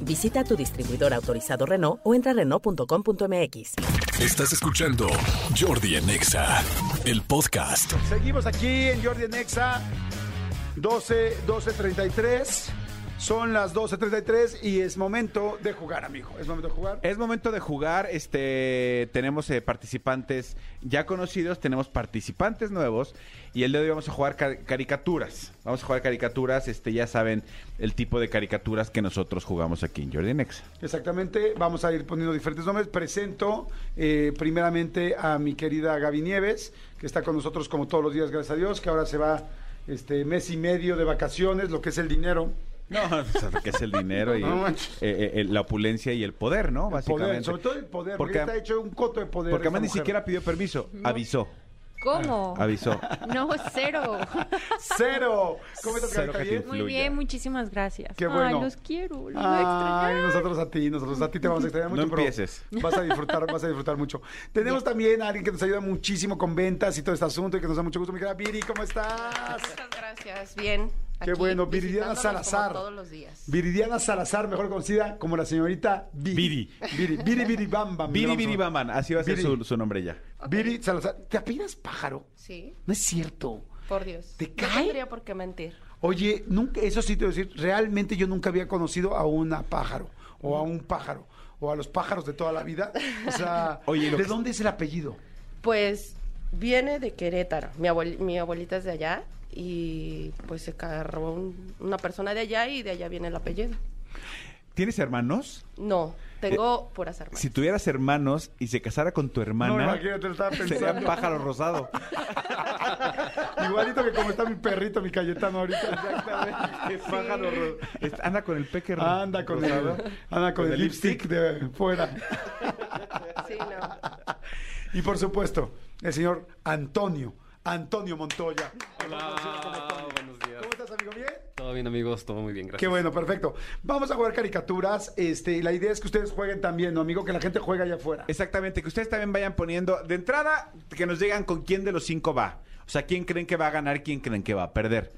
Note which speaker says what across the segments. Speaker 1: Visita tu distribuidor autorizado Renault o entra a Renault.com.mx.
Speaker 2: Estás escuchando Jordi en Exa, el podcast.
Speaker 3: Seguimos aquí en Jordi en Exa, 12, 12.33. Son las 12.33 y es momento de jugar, amigo. Es momento de jugar.
Speaker 4: Es momento de jugar. Este, tenemos eh, participantes ya conocidos, tenemos participantes nuevos y el de hoy vamos a jugar ca- caricaturas. Vamos a jugar caricaturas. Este, ya saben el tipo de caricaturas que nosotros jugamos aquí en Jordi Nexa.
Speaker 3: Exactamente, vamos a ir poniendo diferentes nombres. Presento eh, primeramente a mi querida Gaby Nieves, que está con nosotros como todos los días, gracias a Dios, que ahora se va este mes y medio de vacaciones, lo que es el dinero.
Speaker 4: No, o sea, que es el dinero y
Speaker 3: No manches.
Speaker 4: eh, eh, la opulencia y el poder, ¿no?
Speaker 3: El
Speaker 4: Básicamente.
Speaker 3: poder, sobre todo el poder, porque,
Speaker 4: Porque,
Speaker 3: está hecho un coto de poder.
Speaker 4: porque
Speaker 3: esta
Speaker 4: además ni
Speaker 3: mujer.
Speaker 4: siquiera pidió permiso. Avisó,
Speaker 5: ¿Cómo?
Speaker 4: avisó.
Speaker 5: Ah, No, cero.
Speaker 3: ¡Cero! ¿Cómo estás,
Speaker 4: Cero
Speaker 3: Gaby?
Speaker 4: que
Speaker 3: ¿Bien?
Speaker 4: te
Speaker 5: Muy
Speaker 4: Fluya.
Speaker 5: bien, muchísimas gracias.
Speaker 3: Qué bueno.
Speaker 5: Ay, los quiero, los voy a extrañar.
Speaker 3: Ay, nosotros a ti, nosotros a ti te vamos a extrañar
Speaker 4: No
Speaker 3: mucho. pero
Speaker 4: empieces.
Speaker 3: Vas a disfrutar, vas a disfrutar mucho. Tenemos también a alguien que nos ayuda muchísimo con ventas y todo este asunto y que nos da mucho gusto. Mi querida Viri, ¿cómo estás?
Speaker 6: Muchas gracias, bien.
Speaker 3: Qué
Speaker 6: aquí,
Speaker 3: bueno, Viridiana
Speaker 6: visitándolos
Speaker 3: Salazar.
Speaker 6: como todos los días.
Speaker 3: Viridiana Salazar, mejor conocida como la señorita Viri. Viri. Viri, Viri, Bam Bam. Le
Speaker 4: Biri
Speaker 3: vamos a-
Speaker 4: Biri Baman, así va a ser
Speaker 3: Biri.
Speaker 4: su, su nombre ya.
Speaker 3: Viri Salazar. ¿Te apellidas pájaro?
Speaker 6: Sí,
Speaker 3: No es cierto.
Speaker 6: por Dios.
Speaker 3: ¿Te
Speaker 6: No
Speaker 3: cae?
Speaker 6: tendría por qué mentir.
Speaker 3: Oye, nunca, eso sí te voy a decir, realmente yo nunca había conocido a una pájaro o a un pájaro o a los pájaros de toda la vida. O sea,
Speaker 4: Oye, lo
Speaker 3: ¿de
Speaker 4: que-
Speaker 3: dónde es el apellido?
Speaker 6: Pues viene de Querétaro. Mi, abuel- mi abuelita es de allá y pues se cargó un- una persona de allá y de allá viene el apellido.
Speaker 4: ¿Tienes hermanos?
Speaker 6: No,
Speaker 3: Eh,
Speaker 6: tengo puras hermanas.
Speaker 4: Si tuvieras hermanos y se casara con tu
Speaker 3: No,
Speaker 4: hermana,
Speaker 3: imagínate, lo estaba
Speaker 4: sería
Speaker 3: pensando.
Speaker 4: pájaro rosado.
Speaker 3: Igualito que como está mi perrito, mi Cayetano ahorita.
Speaker 4: Exactamente. Pájaro ro- es- Anda con el peque ro-
Speaker 3: Anda con el,
Speaker 4: rosado.
Speaker 3: anda con el lipstick de fuera.
Speaker 6: Sí, no.
Speaker 3: Y por supuesto, el señor Antonio, Antonio Montoya.
Speaker 7: buenos días.
Speaker 3: ¿Cómo estás, amigo? ¿Bien?
Speaker 7: Todo bien, amigos, todo muy bien, gracias.
Speaker 3: Qué bueno, perfecto. Vamos a jugar caricaturas. Este, y la idea es que ustedes jueguen también, ¿no, amigo? Que la gente juega allá afuera.
Speaker 4: Exactamente, que ustedes también vayan poniendo. De entrada, que nos digan con quién de los cinco va. O sea, quién creen que va a ganar, quién creen que va a perder.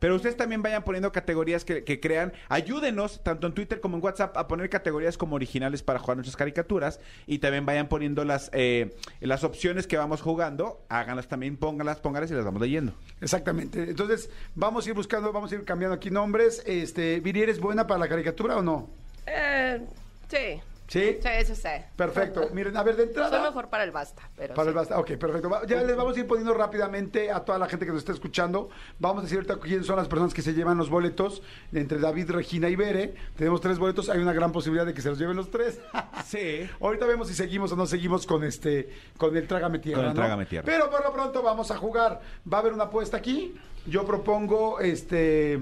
Speaker 4: Pero ustedes también vayan poniendo categorías que, que crean. Ayúdenos, tanto en Twitter como en WhatsApp, a poner categorías como originales para jugar nuestras caricaturas. Y también vayan poniendo las, eh, las opciones que vamos jugando. Háganlas también, pónganlas, pónganlas y las vamos leyendo.
Speaker 3: Exactamente. Entonces, vamos a ir buscando, vamos a ir cambiando aquí nombres. Este, Viri, ¿eres buena para la caricatura o no?
Speaker 6: Eh, sí.
Speaker 3: ¿Sí?
Speaker 6: Sí, eso sé.
Speaker 3: Perfecto. Miren, a ver, de entrada.
Speaker 6: Soy mejor para el basta, pero
Speaker 3: Para
Speaker 6: sí.
Speaker 3: el basta. Ok, perfecto. Va- Ya les vamos a ir poniendo rápidamente a toda la gente que nos está escuchando. Vamos a decir ahorita quiénes son las personas que se llevan los boletos entre David, Regina y Bere. Tenemos tres boletos. Hay una gran posibilidad de que se los lleven los tres.
Speaker 4: Sí.
Speaker 3: Ahorita vemos si seguimos o no seguimos con este con el trágame tierra,
Speaker 4: Con el
Speaker 3: ¿no?
Speaker 4: trágame tierra.
Speaker 3: Pero por lo pronto vamos a jugar. Va a haber una apuesta aquí. Yo propongo este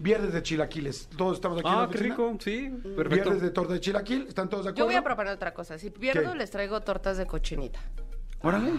Speaker 3: viernes de chilaquiles. Todos estamos aquí en la
Speaker 7: Ah, qué
Speaker 3: oficina.
Speaker 7: rico, sí, perfecto.
Speaker 3: Viernes de torta de chilaquil, ¿están todos de acuerdo?
Speaker 6: Yo voy a proponer otra cosa. Si pierdo,
Speaker 3: ¿Qué?
Speaker 6: les traigo tortas de cochinita.
Speaker 3: Órale.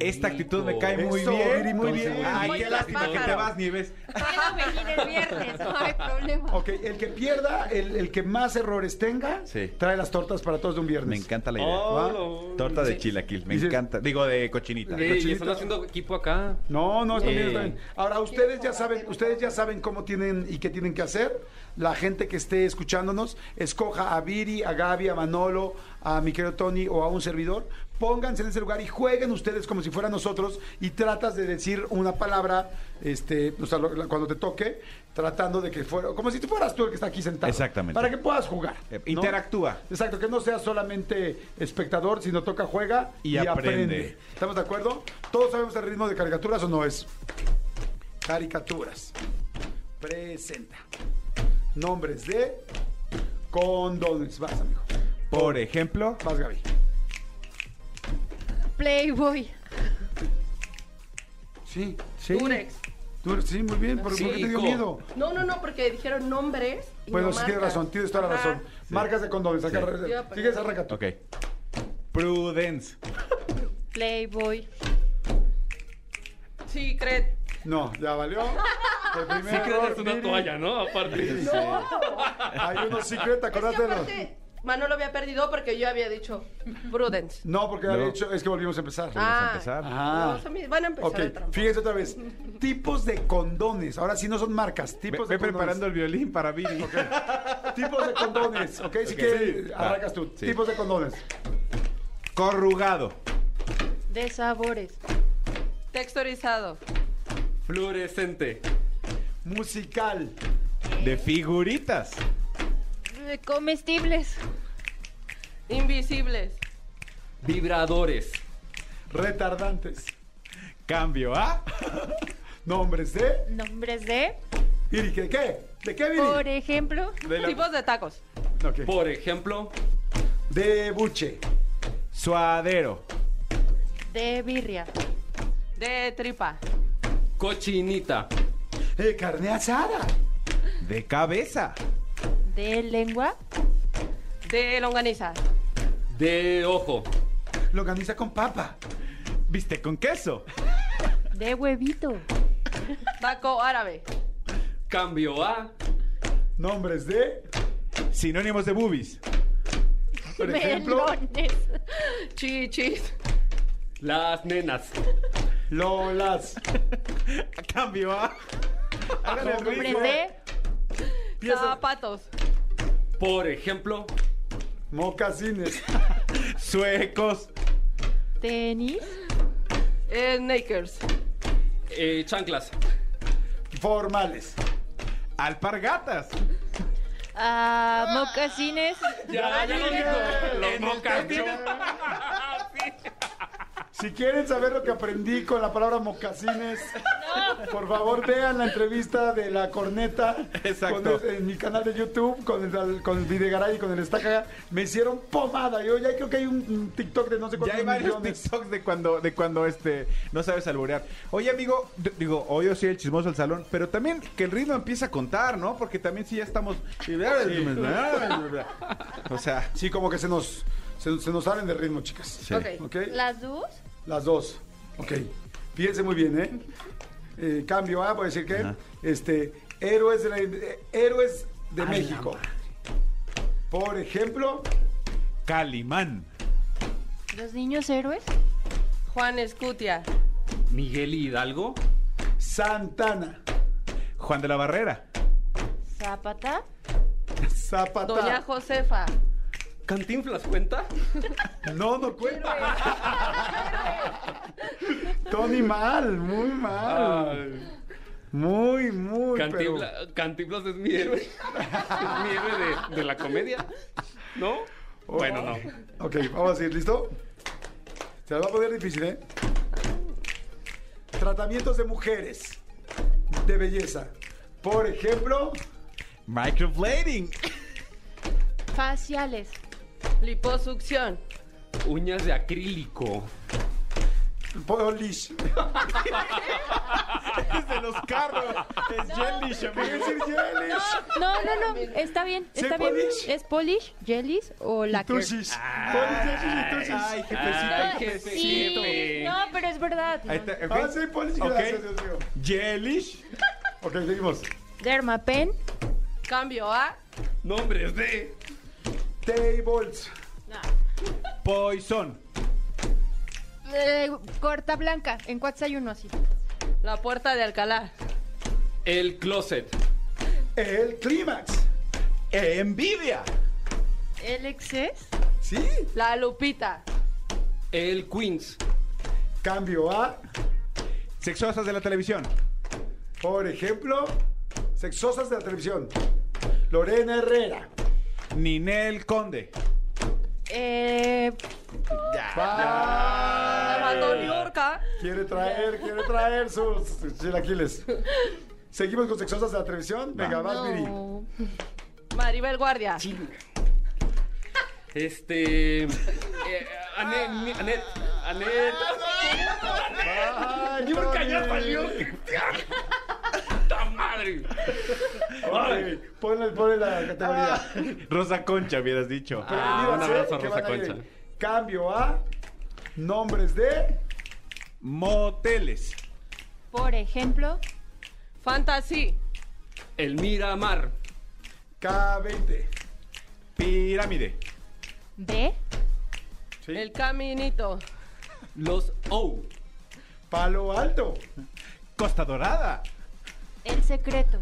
Speaker 4: Esta actitud me cae muy
Speaker 3: Eso,
Speaker 4: bien.
Speaker 3: Viri, muy bien.
Speaker 4: Ay,
Speaker 6: Muy
Speaker 4: qué lástima que te
Speaker 6: pájaro.
Speaker 4: vas, Nieves.
Speaker 5: Puedo venir el viernes, no hay problema.
Speaker 3: Ok, el que pierda, el, el que más errores tenga,
Speaker 4: Sí.
Speaker 3: trae las tortas para todos de un viernes.
Speaker 4: Me encanta la idea.
Speaker 7: Oh,
Speaker 4: ¿Va? Torta de
Speaker 7: sí.
Speaker 4: chilaquil, me
Speaker 3: Pues, Dices-
Speaker 4: encanta. Digo, de cochinita.
Speaker 7: Ey, y están haciendo equipo acá.
Speaker 3: No, no, está bien,
Speaker 7: Eh.
Speaker 3: está bien. Ahora ustedes ya saben, ustedes ya saben cómo tienen y qué tienen que hacer. La gente que esté escuchándonos, escoja a Viri, a Gaby, a Manolo, a mi querido Tony o a un servidor. Pónganse en ese lugar y jueguen ustedes como si fueran nosotros y tratas de decir una palabra, este, o sea, lo- la- cuando te toque, tratando de que fuera, como si tú fueras tú el que está aquí sentado.
Speaker 4: Exactamente.
Speaker 3: Para que puedas jugar.
Speaker 4: Eh,
Speaker 3: ¿no?
Speaker 4: interactúa.
Speaker 3: Exacto, que no seas solamente espectador, sino toca, juega
Speaker 4: Y aprende.
Speaker 3: ¿Estamos de acuerdo? ¿Todos sabemos el ritmo de caricaturas o no es? Caricaturas. Presenta. Nombres de condones. Vas, amigo.
Speaker 4: Por ejemplo,
Speaker 3: Vas, Gaby.
Speaker 5: Playboy.
Speaker 3: Sí, sí.
Speaker 6: Durex.
Speaker 3: Tú- sí, muy bien. ¿Por, por qué te dio
Speaker 7: Cinco.
Speaker 3: miedo?
Speaker 6: No, no, no, porque dijeron nombres. y
Speaker 3: Bueno,
Speaker 6: no
Speaker 3: sí, tienes
Speaker 6: marcas.
Speaker 3: razón, tienes toda la
Speaker 6: Ajá.
Speaker 3: razón. Marcas de condones. Acá,
Speaker 6: Yo, pero-
Speaker 3: Sigues, arranca tú.
Speaker 4: ok. Prudence.
Speaker 5: Playboy.
Speaker 6: Sí, cree.
Speaker 3: No, ya valió. El primer
Speaker 7: Sí
Speaker 3: error,
Speaker 7: crees que es una
Speaker 3: Viri.
Speaker 7: toalla, ¿no? Aparte.
Speaker 3: Hay unos secret,
Speaker 6: Es que
Speaker 3: acordate de los-
Speaker 6: aparte, Manolo había perdido porque yo había dicho Prudence.
Speaker 3: No, porque había dicho, es que volvimos a empezar.
Speaker 6: Ah,
Speaker 4: empezar.
Speaker 3: Ah.
Speaker 6: no, son mis- van a empezar
Speaker 3: Ok,
Speaker 6: otra vez.
Speaker 3: fíjense otra vez. Tipos de condones. Ahora sí no son marcas,
Speaker 4: Ve,
Speaker 3: tipos
Speaker 4: ve
Speaker 3: de condones.
Speaker 4: preparando el violín para Viri.
Speaker 3: Tipos de condones, ¿ok? Si
Speaker 4: Ok.
Speaker 3: quieres,
Speaker 4: Sí, va.
Speaker 3: arrancas tú.
Speaker 4: Sí.
Speaker 3: Tipos de condones.
Speaker 4: Corrugado.
Speaker 5: De sabores.
Speaker 6: Texturizado.
Speaker 7: Fluorescente.
Speaker 3: Musical.
Speaker 4: De figuritas.
Speaker 5: De comestibles.
Speaker 6: Invisibles.
Speaker 7: Vibradores.
Speaker 3: Retardantes.
Speaker 4: Cambio a.
Speaker 3: Nombres de.
Speaker 5: Nombres de,
Speaker 3: Viri, ¿de qué? ¿De qué, Viri?
Speaker 5: por ejemplo,
Speaker 4: De la-
Speaker 6: Tipos de tacos.
Speaker 3: Ok.
Speaker 7: Por ejemplo,
Speaker 3: De buche.
Speaker 4: Suadero.
Speaker 5: de birria.
Speaker 6: De tripa.
Speaker 7: cochinita.
Speaker 3: De Eh, carne asada.
Speaker 4: De cabeza.
Speaker 5: De lengua.
Speaker 6: De longaniza.
Speaker 7: De ojo.
Speaker 3: Lo organiza con papa.
Speaker 4: Viste con queso.
Speaker 5: De huevito.
Speaker 6: Taco árabe.
Speaker 7: Cambio a.
Speaker 3: Nombres de.
Speaker 4: Sinónimos de boobies.
Speaker 3: Por ejemplo,
Speaker 5: Melones.
Speaker 6: Chichis.
Speaker 7: Las nenas.
Speaker 3: Lolas.
Speaker 4: Cambio a. Háganle el
Speaker 3: Nombre
Speaker 4: ritmo.
Speaker 5: Nombres de,
Speaker 6: Zapatos.
Speaker 7: Por ejemplo,
Speaker 3: Mocasines.
Speaker 4: Suecos.
Speaker 5: tenis.
Speaker 6: Eh, Nakers.
Speaker 7: eh, chanclas.
Speaker 3: Formales.
Speaker 4: Alpargatas.
Speaker 5: ah, mocasines.
Speaker 7: Ya, ya lo dijo.
Speaker 3: Lo
Speaker 7: En el
Speaker 3: mocasines. Ah, Si quieren saber lo que aprendí con la palabra mocasines, por favor vean la entrevista de la corneta
Speaker 4: Exacto.
Speaker 3: con el- en mi canal de YouTube con el, al- con el Videgaray y con el Estaca. Me hicieron pomada. Yo ya creo que hay un, un TikTok de no sé
Speaker 4: Ya
Speaker 3: cuántos
Speaker 4: hay varios
Speaker 3: millones.
Speaker 4: TikToks de cuando, de cuando este no sabes alborear. Oye, amigo, d- digo, hoy yo soy el chismoso del salón, pero también que el ritmo empiece a contar, ¿no? Porque también si ya estamos. O sea,
Speaker 3: Sí, como que se nos, se, se nos salen de ritmo, chicas.
Speaker 6: Ok.
Speaker 3: ¿Ok?
Speaker 5: Las dos.
Speaker 3: Las dos. Ok. Fíjense muy bien, ¿eh? Eh, cambio A, por decir que. Este, héroes de, la- eh, héroes de México. Por ejemplo,
Speaker 4: Calimán.
Speaker 5: Los niños héroes.
Speaker 6: Juan Escutia.
Speaker 7: Miguel Hidalgo.
Speaker 3: Santana,
Speaker 4: Juan de la Barrera.
Speaker 5: Zapata.
Speaker 3: Zapata.
Speaker 6: Doña Josefa.
Speaker 7: Cantinflas cuenta.
Speaker 3: No, no cuenta. Tony mal, muy
Speaker 4: Ah.
Speaker 3: mal. Muy, muy. pero-
Speaker 7: Cantinfla- Cantinflas es mi héroe. es mi héroe de, de la comedia. ¿No?
Speaker 3: Oh.
Speaker 7: Bueno, no.
Speaker 3: Ok, vamos a ir, ¿listo? Se las va a poner difícil, ¿eh? Tratamientos de mujeres de belleza. Por ejemplo,
Speaker 4: Microflading.
Speaker 5: Faciales.
Speaker 6: Liposucción.
Speaker 7: Uñas de acrílico.
Speaker 3: polish.
Speaker 4: Es de los carros. Es Jellish,
Speaker 3: ¿Qué
Speaker 4: amigo.
Speaker 3: decir gelish?
Speaker 5: No, no, no. Está bien.
Speaker 3: Sí,
Speaker 5: Está bien.
Speaker 3: polish.
Speaker 5: ¿Es polish, jellies o lacquer?
Speaker 3: Tushish. Polish, tushish y "Ah". tushish.
Speaker 4: Ah. Ay, jefecito.
Speaker 7: Ay,
Speaker 4: ay,
Speaker 7: jefe.
Speaker 4: jefecito.
Speaker 5: Sí.
Speaker 7: Jefe.
Speaker 5: No, pero es verdad.
Speaker 4: Ahí está, ok.
Speaker 3: Ah, sí, polish.
Speaker 4: Ok.
Speaker 3: Gracias, Dios mío.
Speaker 4: Jellish.
Speaker 3: Ok, seguimos.
Speaker 5: Dermapen.
Speaker 6: Cambio a
Speaker 7: Nombres de.
Speaker 3: Tables.
Speaker 4: Poison.
Speaker 5: eh, corta blanca. En Cuax hay uno así.
Speaker 6: la puerta de Alcalá.
Speaker 7: El closet.
Speaker 3: El clímax.
Speaker 4: Envidia.
Speaker 5: El exces.
Speaker 3: ¿Sí?
Speaker 6: La Lupita.
Speaker 7: El Queens.
Speaker 3: Cambio a,
Speaker 4: Sexosas de la televisión.
Speaker 3: por ejemplo, sexosas de la televisión. Lorena Herrera.
Speaker 4: Ninel Conde.
Speaker 5: Eh,
Speaker 7: Ah.
Speaker 6: La
Speaker 3: Eh.
Speaker 6: Matoniurca.
Speaker 3: Quiere traer, quiere traer sus chilaquiles. Seguimos con sexosas de la televisión. Venga, vas, Viri.
Speaker 5: no.
Speaker 6: Maribel Guardia.
Speaker 7: Este. eh, Anet.
Speaker 3: Ah.
Speaker 7: ni- Anet. Anet. Ah,
Speaker 3: Ay,
Speaker 7: Niurka ¡Ah, ya
Speaker 3: Tony.
Speaker 7: salió. ¡Puta madre! Ay.
Speaker 3: Ok, Ponle, ponle la categoría.
Speaker 4: Rosa Concha, hubieras dicho.
Speaker 3: Pero
Speaker 7: Ah,
Speaker 3: iba a
Speaker 7: un
Speaker 3: ser
Speaker 7: abrazo a
Speaker 3: que
Speaker 7: Rosa
Speaker 3: van a ir.
Speaker 7: Concha.
Speaker 3: Cambio a Nombres de.
Speaker 4: Moteles.
Speaker 5: Por ejemplo,
Speaker 6: Fantasy.
Speaker 7: El Miramar.
Speaker 3: K20.
Speaker 4: Pirámide.
Speaker 5: de
Speaker 3: ¿sí?
Speaker 6: El caminito.
Speaker 7: Los O.
Speaker 3: Palo alto.
Speaker 4: Costa Dorada.
Speaker 5: El Secreto.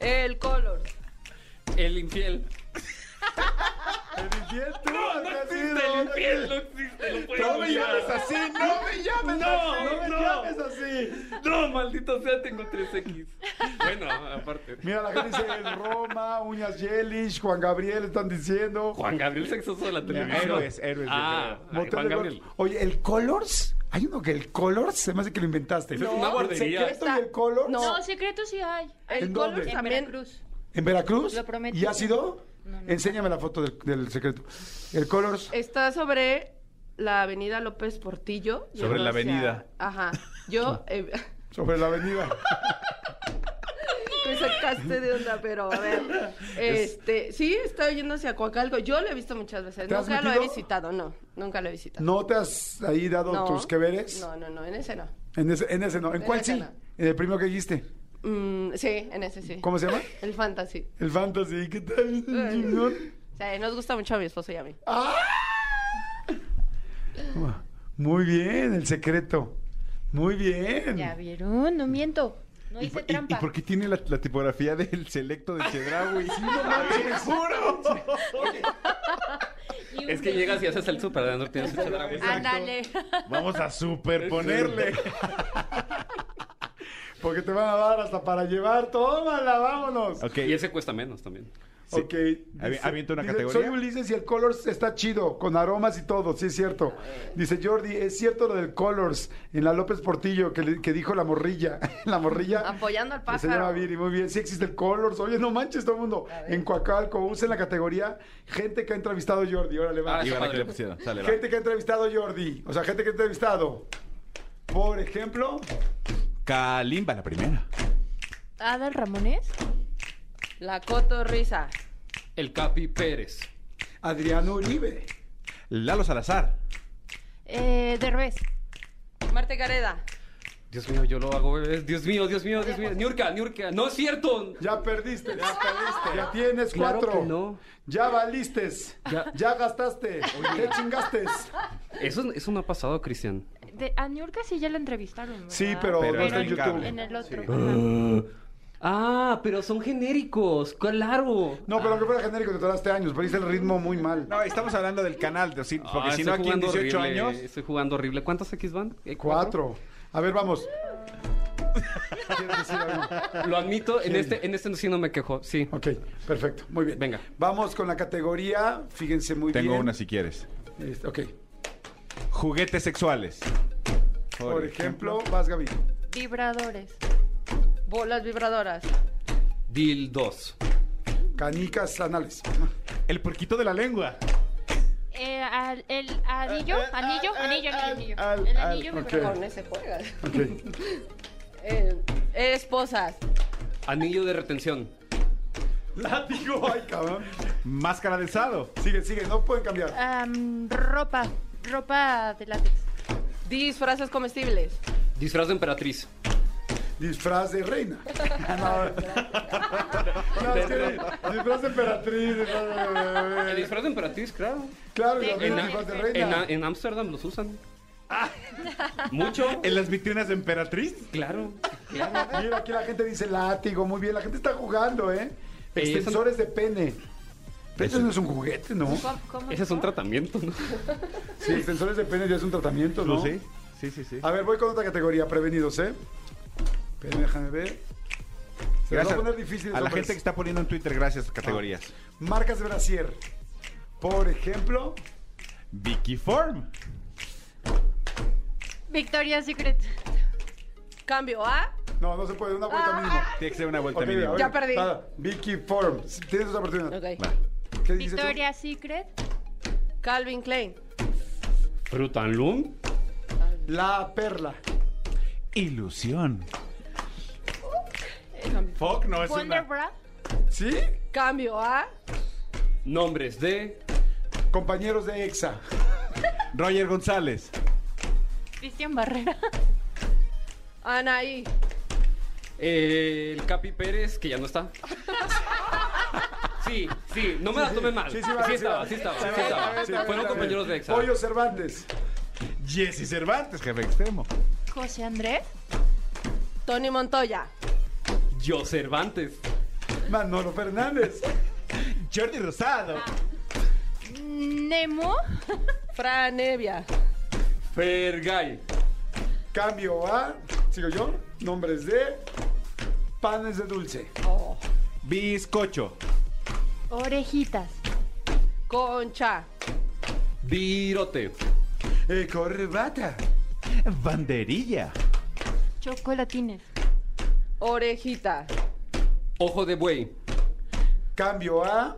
Speaker 6: El color.
Speaker 7: El Infiel.
Speaker 3: El infiel tú, Alcacido.
Speaker 7: El Infiel no existe. Lo puedes
Speaker 3: No me
Speaker 7: olvidar.
Speaker 3: llames así, no me llames
Speaker 7: No,
Speaker 3: así, no me
Speaker 7: no.
Speaker 3: llames así.
Speaker 7: No, maldito sea, tengo 3X. Bueno, aparte.
Speaker 3: Mira, la gente dice Roma, Uñas Yelich, Juan Gabriel, están diciendo.
Speaker 7: Juan Gabriel sexoso de la televisión.
Speaker 4: Héroes, héroes,
Speaker 7: Ah,
Speaker 4: yo
Speaker 7: ay,
Speaker 3: Motel
Speaker 7: Juan
Speaker 3: de
Speaker 7: Gabriel.
Speaker 3: Colors. Oye, el Colors, hay uno que el Colors, se me hace que lo inventaste.
Speaker 7: Esa es una guardería.
Speaker 3: El secreto y el Colors.
Speaker 6: No.
Speaker 5: No, secreto sí hay.
Speaker 3: ¿En
Speaker 6: El
Speaker 3: dónde?
Speaker 6: color
Speaker 3: En
Speaker 6: también.
Speaker 5: Veracruz.
Speaker 3: ¿En Veracruz?
Speaker 5: Lo prometo.
Speaker 3: ¿Y ha sido?
Speaker 5: No, no.
Speaker 3: Enséñame la foto del, del secreto. El Colors.
Speaker 6: Está sobre la avenida López Portillo.
Speaker 4: Sobre
Speaker 6: yendo
Speaker 4: la
Speaker 6: hacia-
Speaker 4: avenida.
Speaker 6: Ajá. Yo. eh,
Speaker 3: Sobre la avenida.
Speaker 6: me sacaste de onda, pero a ver. Este, sí, está yendo hacia Coacalco. Yo lo he visto muchas veces.
Speaker 3: ¿Te has
Speaker 6: Nunca lo he
Speaker 3: metido?
Speaker 6: visitado, no. Nunca lo he visitado.
Speaker 3: ¿No te has ahí dado
Speaker 6: No.
Speaker 3: tus que veres?
Speaker 6: No, no, no, en ese no.
Speaker 3: En, ese, en ese no. ¿En,
Speaker 6: En
Speaker 3: cuál
Speaker 6: ese
Speaker 3: sí?
Speaker 6: no.
Speaker 3: En el primero que dijiste.
Speaker 6: Mm, sí, en ese sí.
Speaker 3: ¿Cómo se llama?
Speaker 6: El fantasy.
Speaker 3: El Fantasy. ¿Qué tal?
Speaker 6: O sea, nos gusta mucho a mi esposo y a mí.
Speaker 3: Muy bien, el secreto. Muy bien.
Speaker 5: Ya vieron, no miento. No
Speaker 4: ¿Y,
Speaker 5: hice
Speaker 4: por- y-
Speaker 5: trampa.
Speaker 4: y por qué tiene la, la tipografía del selecto de Chedraui?
Speaker 3: ¡Te juro!
Speaker 5: Y un
Speaker 7: Es que
Speaker 5: beso.
Speaker 7: llegas y haces el súper, no tienes que echar agua.
Speaker 5: Ándale.
Speaker 4: Vamos a superponerle.
Speaker 3: Porque te van a dar hasta para llevar. Tómala, vámonos.
Speaker 4: ok,
Speaker 7: Y ese cuesta menos también.
Speaker 4: sí.
Speaker 3: Ok.
Speaker 4: Avi-
Speaker 3: dice-
Speaker 4: avienta una
Speaker 3: dice,
Speaker 4: categoría.
Speaker 3: Soy Ulises y el Colors está chido, con aromas y todo, sí es cierto. Dice Jordi, es cierto lo del Colors en la López Portillo que, le- que dijo la morrilla. la morrilla.
Speaker 6: Apoyando al
Speaker 3: que Se llama
Speaker 6: pájaro.
Speaker 3: Viri, muy bien. Sí existe el Colors. Oye, no manches todo el mundo. En Coacalco, usen la categoría gente que ha entrevistado a Jordi. Órale, va.
Speaker 7: Ah,
Speaker 4: y
Speaker 7: está
Speaker 4: para
Speaker 7: padre.
Speaker 4: que le pusieron. Sale, va.
Speaker 3: gente que ha entrevistado a Jordi. O sea, gente que ha entrevistado. Por ejemplo,
Speaker 4: Kalimba, la primera.
Speaker 5: Adal Ramones.
Speaker 6: La cotorrisa.
Speaker 7: El Capi Pérez.
Speaker 3: Adriano Uribe.
Speaker 4: Lalo Salazar.
Speaker 5: Eh, Derbez.
Speaker 6: Marte Gareda.
Speaker 7: Dios mío, yo lo hago. eh. Dios mío, Dios mío, Dios mío. Niurka, Niurka. No es cierto.
Speaker 3: Ya perdiste, ya perdiste. Ya tienes
Speaker 7: Claro
Speaker 3: cuatro.
Speaker 7: que no.
Speaker 3: Ya valiste. Ya,
Speaker 7: Ya-
Speaker 3: gastaste. Te chingaste.
Speaker 7: Eso, eso no ha pasado, Cristian.
Speaker 5: De, a Niurka sí ya la entrevistaron. ¿verdad?
Speaker 3: Sí, pero,
Speaker 4: Pero
Speaker 3: no está en
Speaker 4: en cable.
Speaker 3: YouTube.
Speaker 5: En el otro.
Speaker 7: Ah, pero son genéricos. Claro.
Speaker 3: No, pero aunque fuera genérico, te tardaste años, pero hice el ritmo muy mal.
Speaker 4: No, estamos hablando del canal, de- sí, porque
Speaker 7: Ah,
Speaker 4: si no
Speaker 7: estoy
Speaker 4: aquí en
Speaker 7: jugando
Speaker 4: 18
Speaker 7: horrible,
Speaker 4: años...
Speaker 7: Estoy jugando horrible. ¿Cuántos X van? Eh,
Speaker 3: Cuatro. A ver, vamos. ¿Quieres decir algo?
Speaker 7: Lo admito, en este, en este sí no me quejo. Sí.
Speaker 3: Ok, perfecto. Muy bien.
Speaker 7: Venga.
Speaker 3: Vamos con la categoría. Fíjense muy
Speaker 4: Tengo
Speaker 3: bien.
Speaker 4: una si quieres.
Speaker 3: Este, Ok.
Speaker 4: Juguetes sexuales.
Speaker 3: Por, ejemplo, vas, Gaby.
Speaker 5: Vibradores.
Speaker 6: Bolas vibradoras.
Speaker 7: Deal 2.
Speaker 3: Canicas anales.
Speaker 4: El porquito de la lengua.
Speaker 5: Eh, al- el
Speaker 3: Eh,
Speaker 5: anillo.
Speaker 4: Al-
Speaker 5: Anillo.
Speaker 4: Eh, al-
Speaker 5: Anillo.
Speaker 4: al-
Speaker 5: Anillo.
Speaker 4: al-
Speaker 5: El
Speaker 4: al-
Speaker 5: anillo
Speaker 3: ok.
Speaker 5: vibrador.
Speaker 6: Con ese juegas.
Speaker 3: Ok.
Speaker 6: Eh, esposas.
Speaker 7: Anillo de retención.
Speaker 3: Látigo. Ay, cabrón.
Speaker 4: Máscara de estado.
Speaker 3: Sigue, sigue. No pueden cambiar.
Speaker 5: Am, ropa. Ropa de látex.
Speaker 6: Disfraces comestibles.
Speaker 7: Disfraz de emperatriz.
Speaker 3: Disfraz de reina. No, es que disfraz de emperatriz. disfraz de-
Speaker 7: El disfraz de emperatriz, claro.
Speaker 3: Claro, y
Speaker 5: En-
Speaker 3: también disfraz de
Speaker 7: En,
Speaker 3: reina.
Speaker 7: A- en Ámsterdam los usan. Ah. Mucho.
Speaker 4: En las vitrinas de emperatriz.
Speaker 7: Claro.
Speaker 3: Mira, aquí la gente dice látigo. Muy bien, la gente está jugando, ¿eh?
Speaker 7: Ey, eso-
Speaker 3: Extensores de pene. Pero eso no es un juguete, ¿no?
Speaker 5: ¿Cómo, cómo
Speaker 7: Ese es un tratamiento, ¿no?
Speaker 3: Sí, extensores de pene ya es un tratamiento, ¿no?
Speaker 4: No Ah, sé. Sí, sí, sí.
Speaker 3: A ver, voy con otra categoría, prevenidos, ¿eh? Espérame, déjame ver. Se las va a
Speaker 4: Gracias.
Speaker 3: poner difíciles,
Speaker 4: a la
Speaker 3: hombres.
Speaker 4: gente que está poniendo en Twitter, gracias, categorías.
Speaker 3: Marcas de brasier. Por ejemplo,
Speaker 4: Vicky Form.
Speaker 5: Victoria's Secret.
Speaker 6: Cambio a.
Speaker 3: no, no se puede, una vuelta mínima.
Speaker 4: Tiene que ser una vuelta
Speaker 3: Ok,
Speaker 4: mínima.
Speaker 3: a
Speaker 6: Ah. Ya
Speaker 3: ver,
Speaker 6: perdí.
Speaker 3: nada, Vicky Form. Tienes otra oportunidad.
Speaker 6: Ok.
Speaker 4: Va.
Speaker 3: ¿Qué dices tú?
Speaker 5: Victoria's Secret.
Speaker 6: Calvin Klein.
Speaker 7: Frutanlum.
Speaker 3: La perla.
Speaker 4: Ilusión. Fuck, no es
Speaker 5: Wonder
Speaker 4: una.
Speaker 5: Bra.
Speaker 3: ¿Sí?
Speaker 6: Cambio a.
Speaker 7: Nombres de
Speaker 3: Compañeros de EXA.
Speaker 4: Roger González.
Speaker 5: Cristian Barrera.
Speaker 6: Anaí.
Speaker 7: Eh, el Capi Pérez, que ya no está. Sí, sí, no me la tomen mal. Sí,
Speaker 3: va,
Speaker 7: estaba,
Speaker 3: va.
Speaker 7: sí estaba,
Speaker 3: va,
Speaker 7: sí estaba.
Speaker 3: va,
Speaker 7: Fueron
Speaker 3: va.
Speaker 7: compañeros de Exa.
Speaker 3: Pollo Cervantes.
Speaker 4: Jesse Cervantes, jefe extremo.
Speaker 5: José Andrés.
Speaker 6: Tony Montoya.
Speaker 7: Yo Cervantes.
Speaker 3: Manolo Fernández.
Speaker 4: Jordi Rosado.
Speaker 5: Nemo.
Speaker 6: Fran Evia.
Speaker 7: Fergay.
Speaker 3: Cambio a. ¿Sigo yo? Nombres de. Panes de dulce.
Speaker 6: Oh.
Speaker 4: Bizcocho.
Speaker 5: Orejitas.
Speaker 6: Concha.
Speaker 7: Virote.
Speaker 3: Eh, corbata.
Speaker 4: Banderilla.
Speaker 5: Chocolatines.
Speaker 6: Orejita.
Speaker 7: Ojo de buey.
Speaker 3: Cambio a.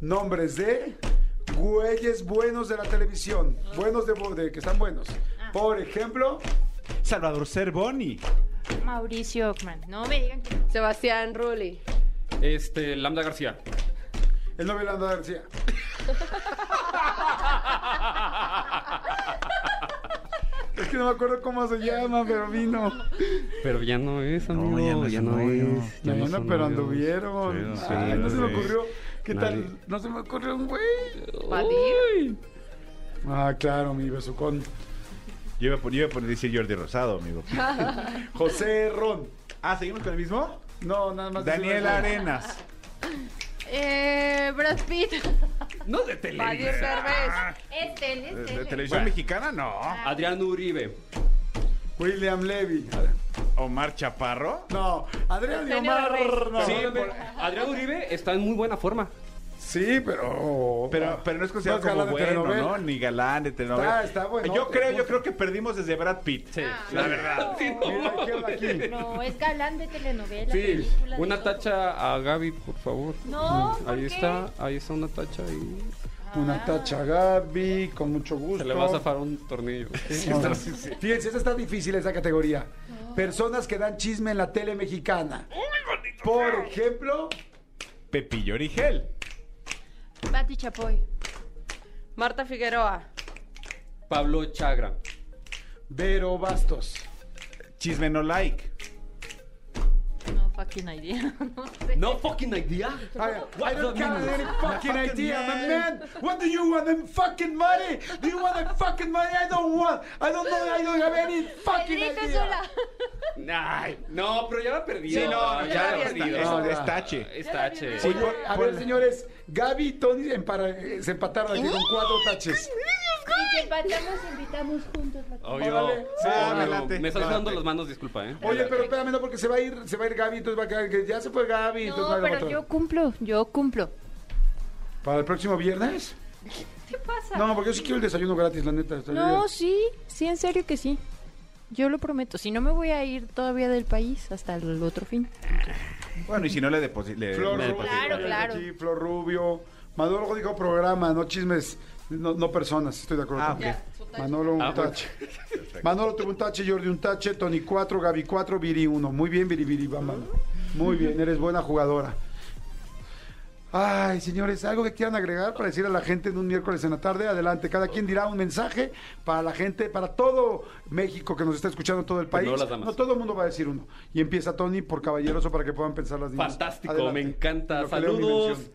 Speaker 3: Nombres de. Güeyes buenos de la televisión. Buenos de, bo- de que están buenos. Por ejemplo,
Speaker 4: Salvador Cervoni.
Speaker 5: Mauricio Ockman. No me digan que no.
Speaker 6: Sebastián Rulli.
Speaker 7: Este, Lambda García.
Speaker 3: el novio de Lando García. Es que no me acuerdo cómo se llama, pero vino.
Speaker 7: Pero ya no es,
Speaker 4: No,
Speaker 7: amigo.
Speaker 4: ya no es
Speaker 7: ya no
Speaker 4: novio.
Speaker 7: es. Ya no
Speaker 3: Bueno,
Speaker 7: son
Speaker 3: pero
Speaker 7: novios.
Speaker 3: anduvieron.
Speaker 4: Sí,
Speaker 3: Ay,
Speaker 4: sí,
Speaker 3: no se me
Speaker 4: sí.
Speaker 3: ocurrió. ¿Qué
Speaker 7: Nadie.
Speaker 3: tal? No se me ocurrió un güey.
Speaker 7: Uy.
Speaker 3: Ah, claro, mi besucón.
Speaker 4: Yo iba a poner, yo iba a poner- decir Jordi Rosado, amigo.
Speaker 3: José Ron.
Speaker 4: ah, ¿seguimos con el mismo?
Speaker 3: No, nada más.
Speaker 4: Daniel Arenas.
Speaker 5: Eh, Brad Pitt.
Speaker 7: No de tele.
Speaker 6: Javier Derbez.
Speaker 5: Este, él,
Speaker 4: ¿De,
Speaker 5: este.
Speaker 4: de
Speaker 5: él.
Speaker 4: televisión
Speaker 7: Bueno.
Speaker 4: mexicana? No.
Speaker 3: Ah.
Speaker 7: Adrián Uribe.
Speaker 3: William Levy.
Speaker 4: Omar Chaparro.
Speaker 3: No, Adrián y
Speaker 6: Eugenio
Speaker 3: Omar.
Speaker 6: Derbez.
Speaker 3: no.
Speaker 7: Sí, pero Adrián Uribe está en muy buena forma.
Speaker 3: Sí, pero.
Speaker 4: Pero, pero no es considerado
Speaker 3: galán
Speaker 4: como
Speaker 3: de
Speaker 4: bueno,
Speaker 3: telenovela.
Speaker 4: ¿no? Ni galán de telenovela.
Speaker 3: Está- está bueno.
Speaker 4: Yo creo, yo creo que perdimos desde Brad Pitt.
Speaker 7: Sí,
Speaker 4: La verdad.
Speaker 7: Sí, no
Speaker 3: Mira, aquí,
Speaker 7: mames.
Speaker 3: aquí.
Speaker 5: No, es galán de telenovela.
Speaker 7: Sí,
Speaker 5: película,
Speaker 7: una
Speaker 5: de todo.
Speaker 7: tacha a Gaby, por favor. Mm,
Speaker 5: No, ¿por
Speaker 7: ahí
Speaker 5: qué?
Speaker 7: está, ahí está una tacha y
Speaker 3: Una tacha Gaby, con mucho gusto.
Speaker 7: se le va a zafar un tornillo.
Speaker 3: No. Fíjense, esa está difícil, esa categoría. Personas que dan chisme en la tele mexicana. Por ejemplo,
Speaker 4: Pepillo Origel.
Speaker 5: Pati Chapoy.
Speaker 6: Marta Figueroa.
Speaker 7: Pablo Chagra,
Speaker 3: Vero Bastos.
Speaker 4: Chisme no like.
Speaker 5: No fucking idea. No sé.
Speaker 7: no fucking idea.
Speaker 3: I, I
Speaker 7: What
Speaker 3: don't
Speaker 7: the
Speaker 3: have
Speaker 7: minute?
Speaker 3: any fucking
Speaker 4: fucking
Speaker 3: idea, my
Speaker 4: man.
Speaker 3: man. What do you want? The fucking money? Do you want the fucking money? I don't want. I don't know. I don't have any fucking
Speaker 5: Enrique
Speaker 3: idea.
Speaker 5: Sola.
Speaker 7: Ay, no, pero ya la perdí.
Speaker 4: Sí, no,
Speaker 7: ya la
Speaker 6: ya
Speaker 7: perdí.
Speaker 4: está.
Speaker 7: Eso
Speaker 4: Eso
Speaker 3: ya.
Speaker 4: es tache.
Speaker 7: es tache.
Speaker 3: Oye, a ver, señores, Gaby y Tony empara- eh, se empataron aquí con cuatro taches.
Speaker 5: Y si empatamos, invitamos juntos. la-
Speaker 7: Obvio.
Speaker 4: Sí,
Speaker 7: obvio.
Speaker 4: me late,
Speaker 7: Me estás
Speaker 4: me late.
Speaker 7: dando las manos, disculpa, ¿eh?
Speaker 3: Oye, pero espérame, no, porque se va a ir, se va a ir Gaby, entonces va a quedar que ya se fue Gaby, entonces va a
Speaker 5: No,
Speaker 3: haber
Speaker 5: pero
Speaker 3: otro.
Speaker 5: yo cumplo, yo cumplo.
Speaker 3: ¿Para el próximo viernes?
Speaker 5: ¿Qué pasa?
Speaker 3: No, porque yo sí quiero el desayuno gratis, la neta. o sea,
Speaker 8: No,
Speaker 3: yo-
Speaker 8: sí, sí, en serio que sí. Yo lo prometo. Si no me voy a ir todavía del país hasta el otro fin.
Speaker 4: Bueno, y si no le deposité.
Speaker 3: Flor
Speaker 7: Me
Speaker 3: Rubio.
Speaker 5: Claro,
Speaker 3: ya
Speaker 5: claro.
Speaker 3: aquí, Flor Rubio. Manolo dijo programa, no chismes, no, no personas, estoy de acuerdo.
Speaker 4: Ah,
Speaker 3: contigo. Manolo un
Speaker 7: Ah, bueno.
Speaker 3: tache. Manolo tuvo un tache, Jordi un tache, Tony 4, Gaby 4, Viri 1. Muy bien, Viri Viri, va, Manolo. Muy bien, eres buena jugadora. Ay, señores, algo que quieran agregar para decir a la gente en un miércoles en la tarde, adelante. Cada quien dirá un mensaje para la gente, para todo México que nos está escuchando, todo el país.
Speaker 7: Primero Pues las damas.
Speaker 3: No todo el mundo va a decir uno. Y empieza Tony por caballeroso para que puedan pensar las niñas.
Speaker 7: Fantástico,
Speaker 3: Adelante.
Speaker 7: me encanta.
Speaker 3: Lo que leo en mi
Speaker 7: Saludos.
Speaker 3: mención.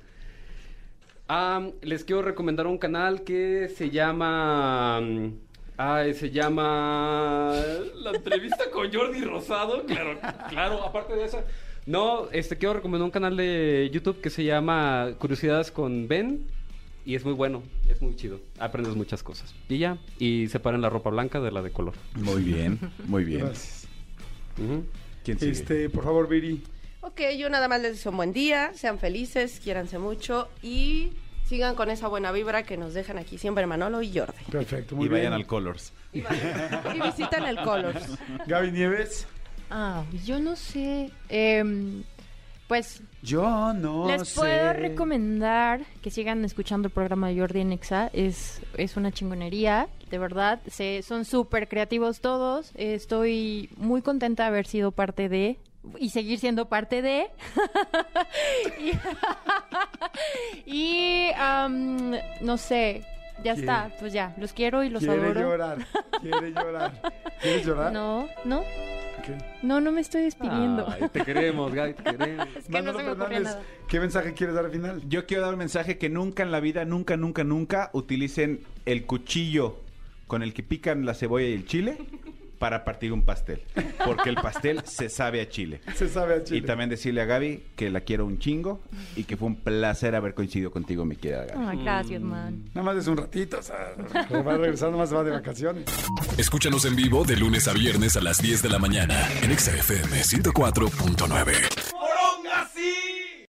Speaker 7: Ah, les quiero recomendar un canal que se llama. mm, Ay, se llama. La entrevista con Jordi Rosado. Claro, claro, aparte de eso. No, este quiero recomendar un canal de YouTube que se llama Curiosidades con Ben. Y es muy bueno, es muy chido. Aprendes muchas cosas. Y ya, y separan la ropa blanca de la de color.
Speaker 4: Muy bien, muy bien.
Speaker 3: Gracias.
Speaker 7: Ujú.
Speaker 4: ¿Quién sigue?
Speaker 3: Este, por favor, Viri.
Speaker 6: Ok, yo nada más les deseo un buen día, sean felices, quiéranse mucho y sigan con esa buena vibra que nos dejan aquí siempre Manolo y Jordi.
Speaker 3: Perfecto, muy
Speaker 4: Y vayan
Speaker 3: bien.
Speaker 4: al Colors.
Speaker 6: Y, vayan- y visiten el Colors.
Speaker 3: Gaby Nieves.
Speaker 8: Ah, yo no sé. em, pues
Speaker 3: Yo no
Speaker 8: les puedo recomendar que sigan escuchando el programa de Jordi en Exa. Es, es una chingonería, de verdad. Se, son súper creativos todos. Estoy muy contenta de haber sido parte de y seguir siendo parte de. y, y, am, no sé. ya
Speaker 3: Quiere-
Speaker 8: está, pues ya, los quiero y los
Speaker 3: Quiere
Speaker 8: adoro.
Speaker 3: llorar, quiere llorar. ¿Quieres llorar?
Speaker 8: No, no,
Speaker 3: Ok.
Speaker 8: no, no me estoy despidiendo.
Speaker 7: Ay, te queremos, Gaby, te queremos.
Speaker 5: Es que no
Speaker 3: Manolo
Speaker 5: se me ocurrió
Speaker 3: Fernández,
Speaker 5: nada.
Speaker 3: ¿qué mensaje quieres dar al final?
Speaker 4: Yo quiero dar un mensaje que nunca en la vida, nunca, nunca, nunca utilicen el cuchillo con el que pican la cebolla y el chile para partir un pastel. Porque el pastel se sabe a chile.
Speaker 3: Se sabe a Chile.
Speaker 4: Y también decirle a Gaby que la quiero un chingo y que fue un placer haber coincidido contigo, mi querida Gaby.
Speaker 8: Ay,
Speaker 3: mm.
Speaker 8: gracias, man.
Speaker 3: Nada más es un ratito, o sea, como va a regresar, nada más se va de vacaciones.
Speaker 2: Escúchanos en vivo de lunes a viernes a las 10 de la mañana en Exa FM 104.9.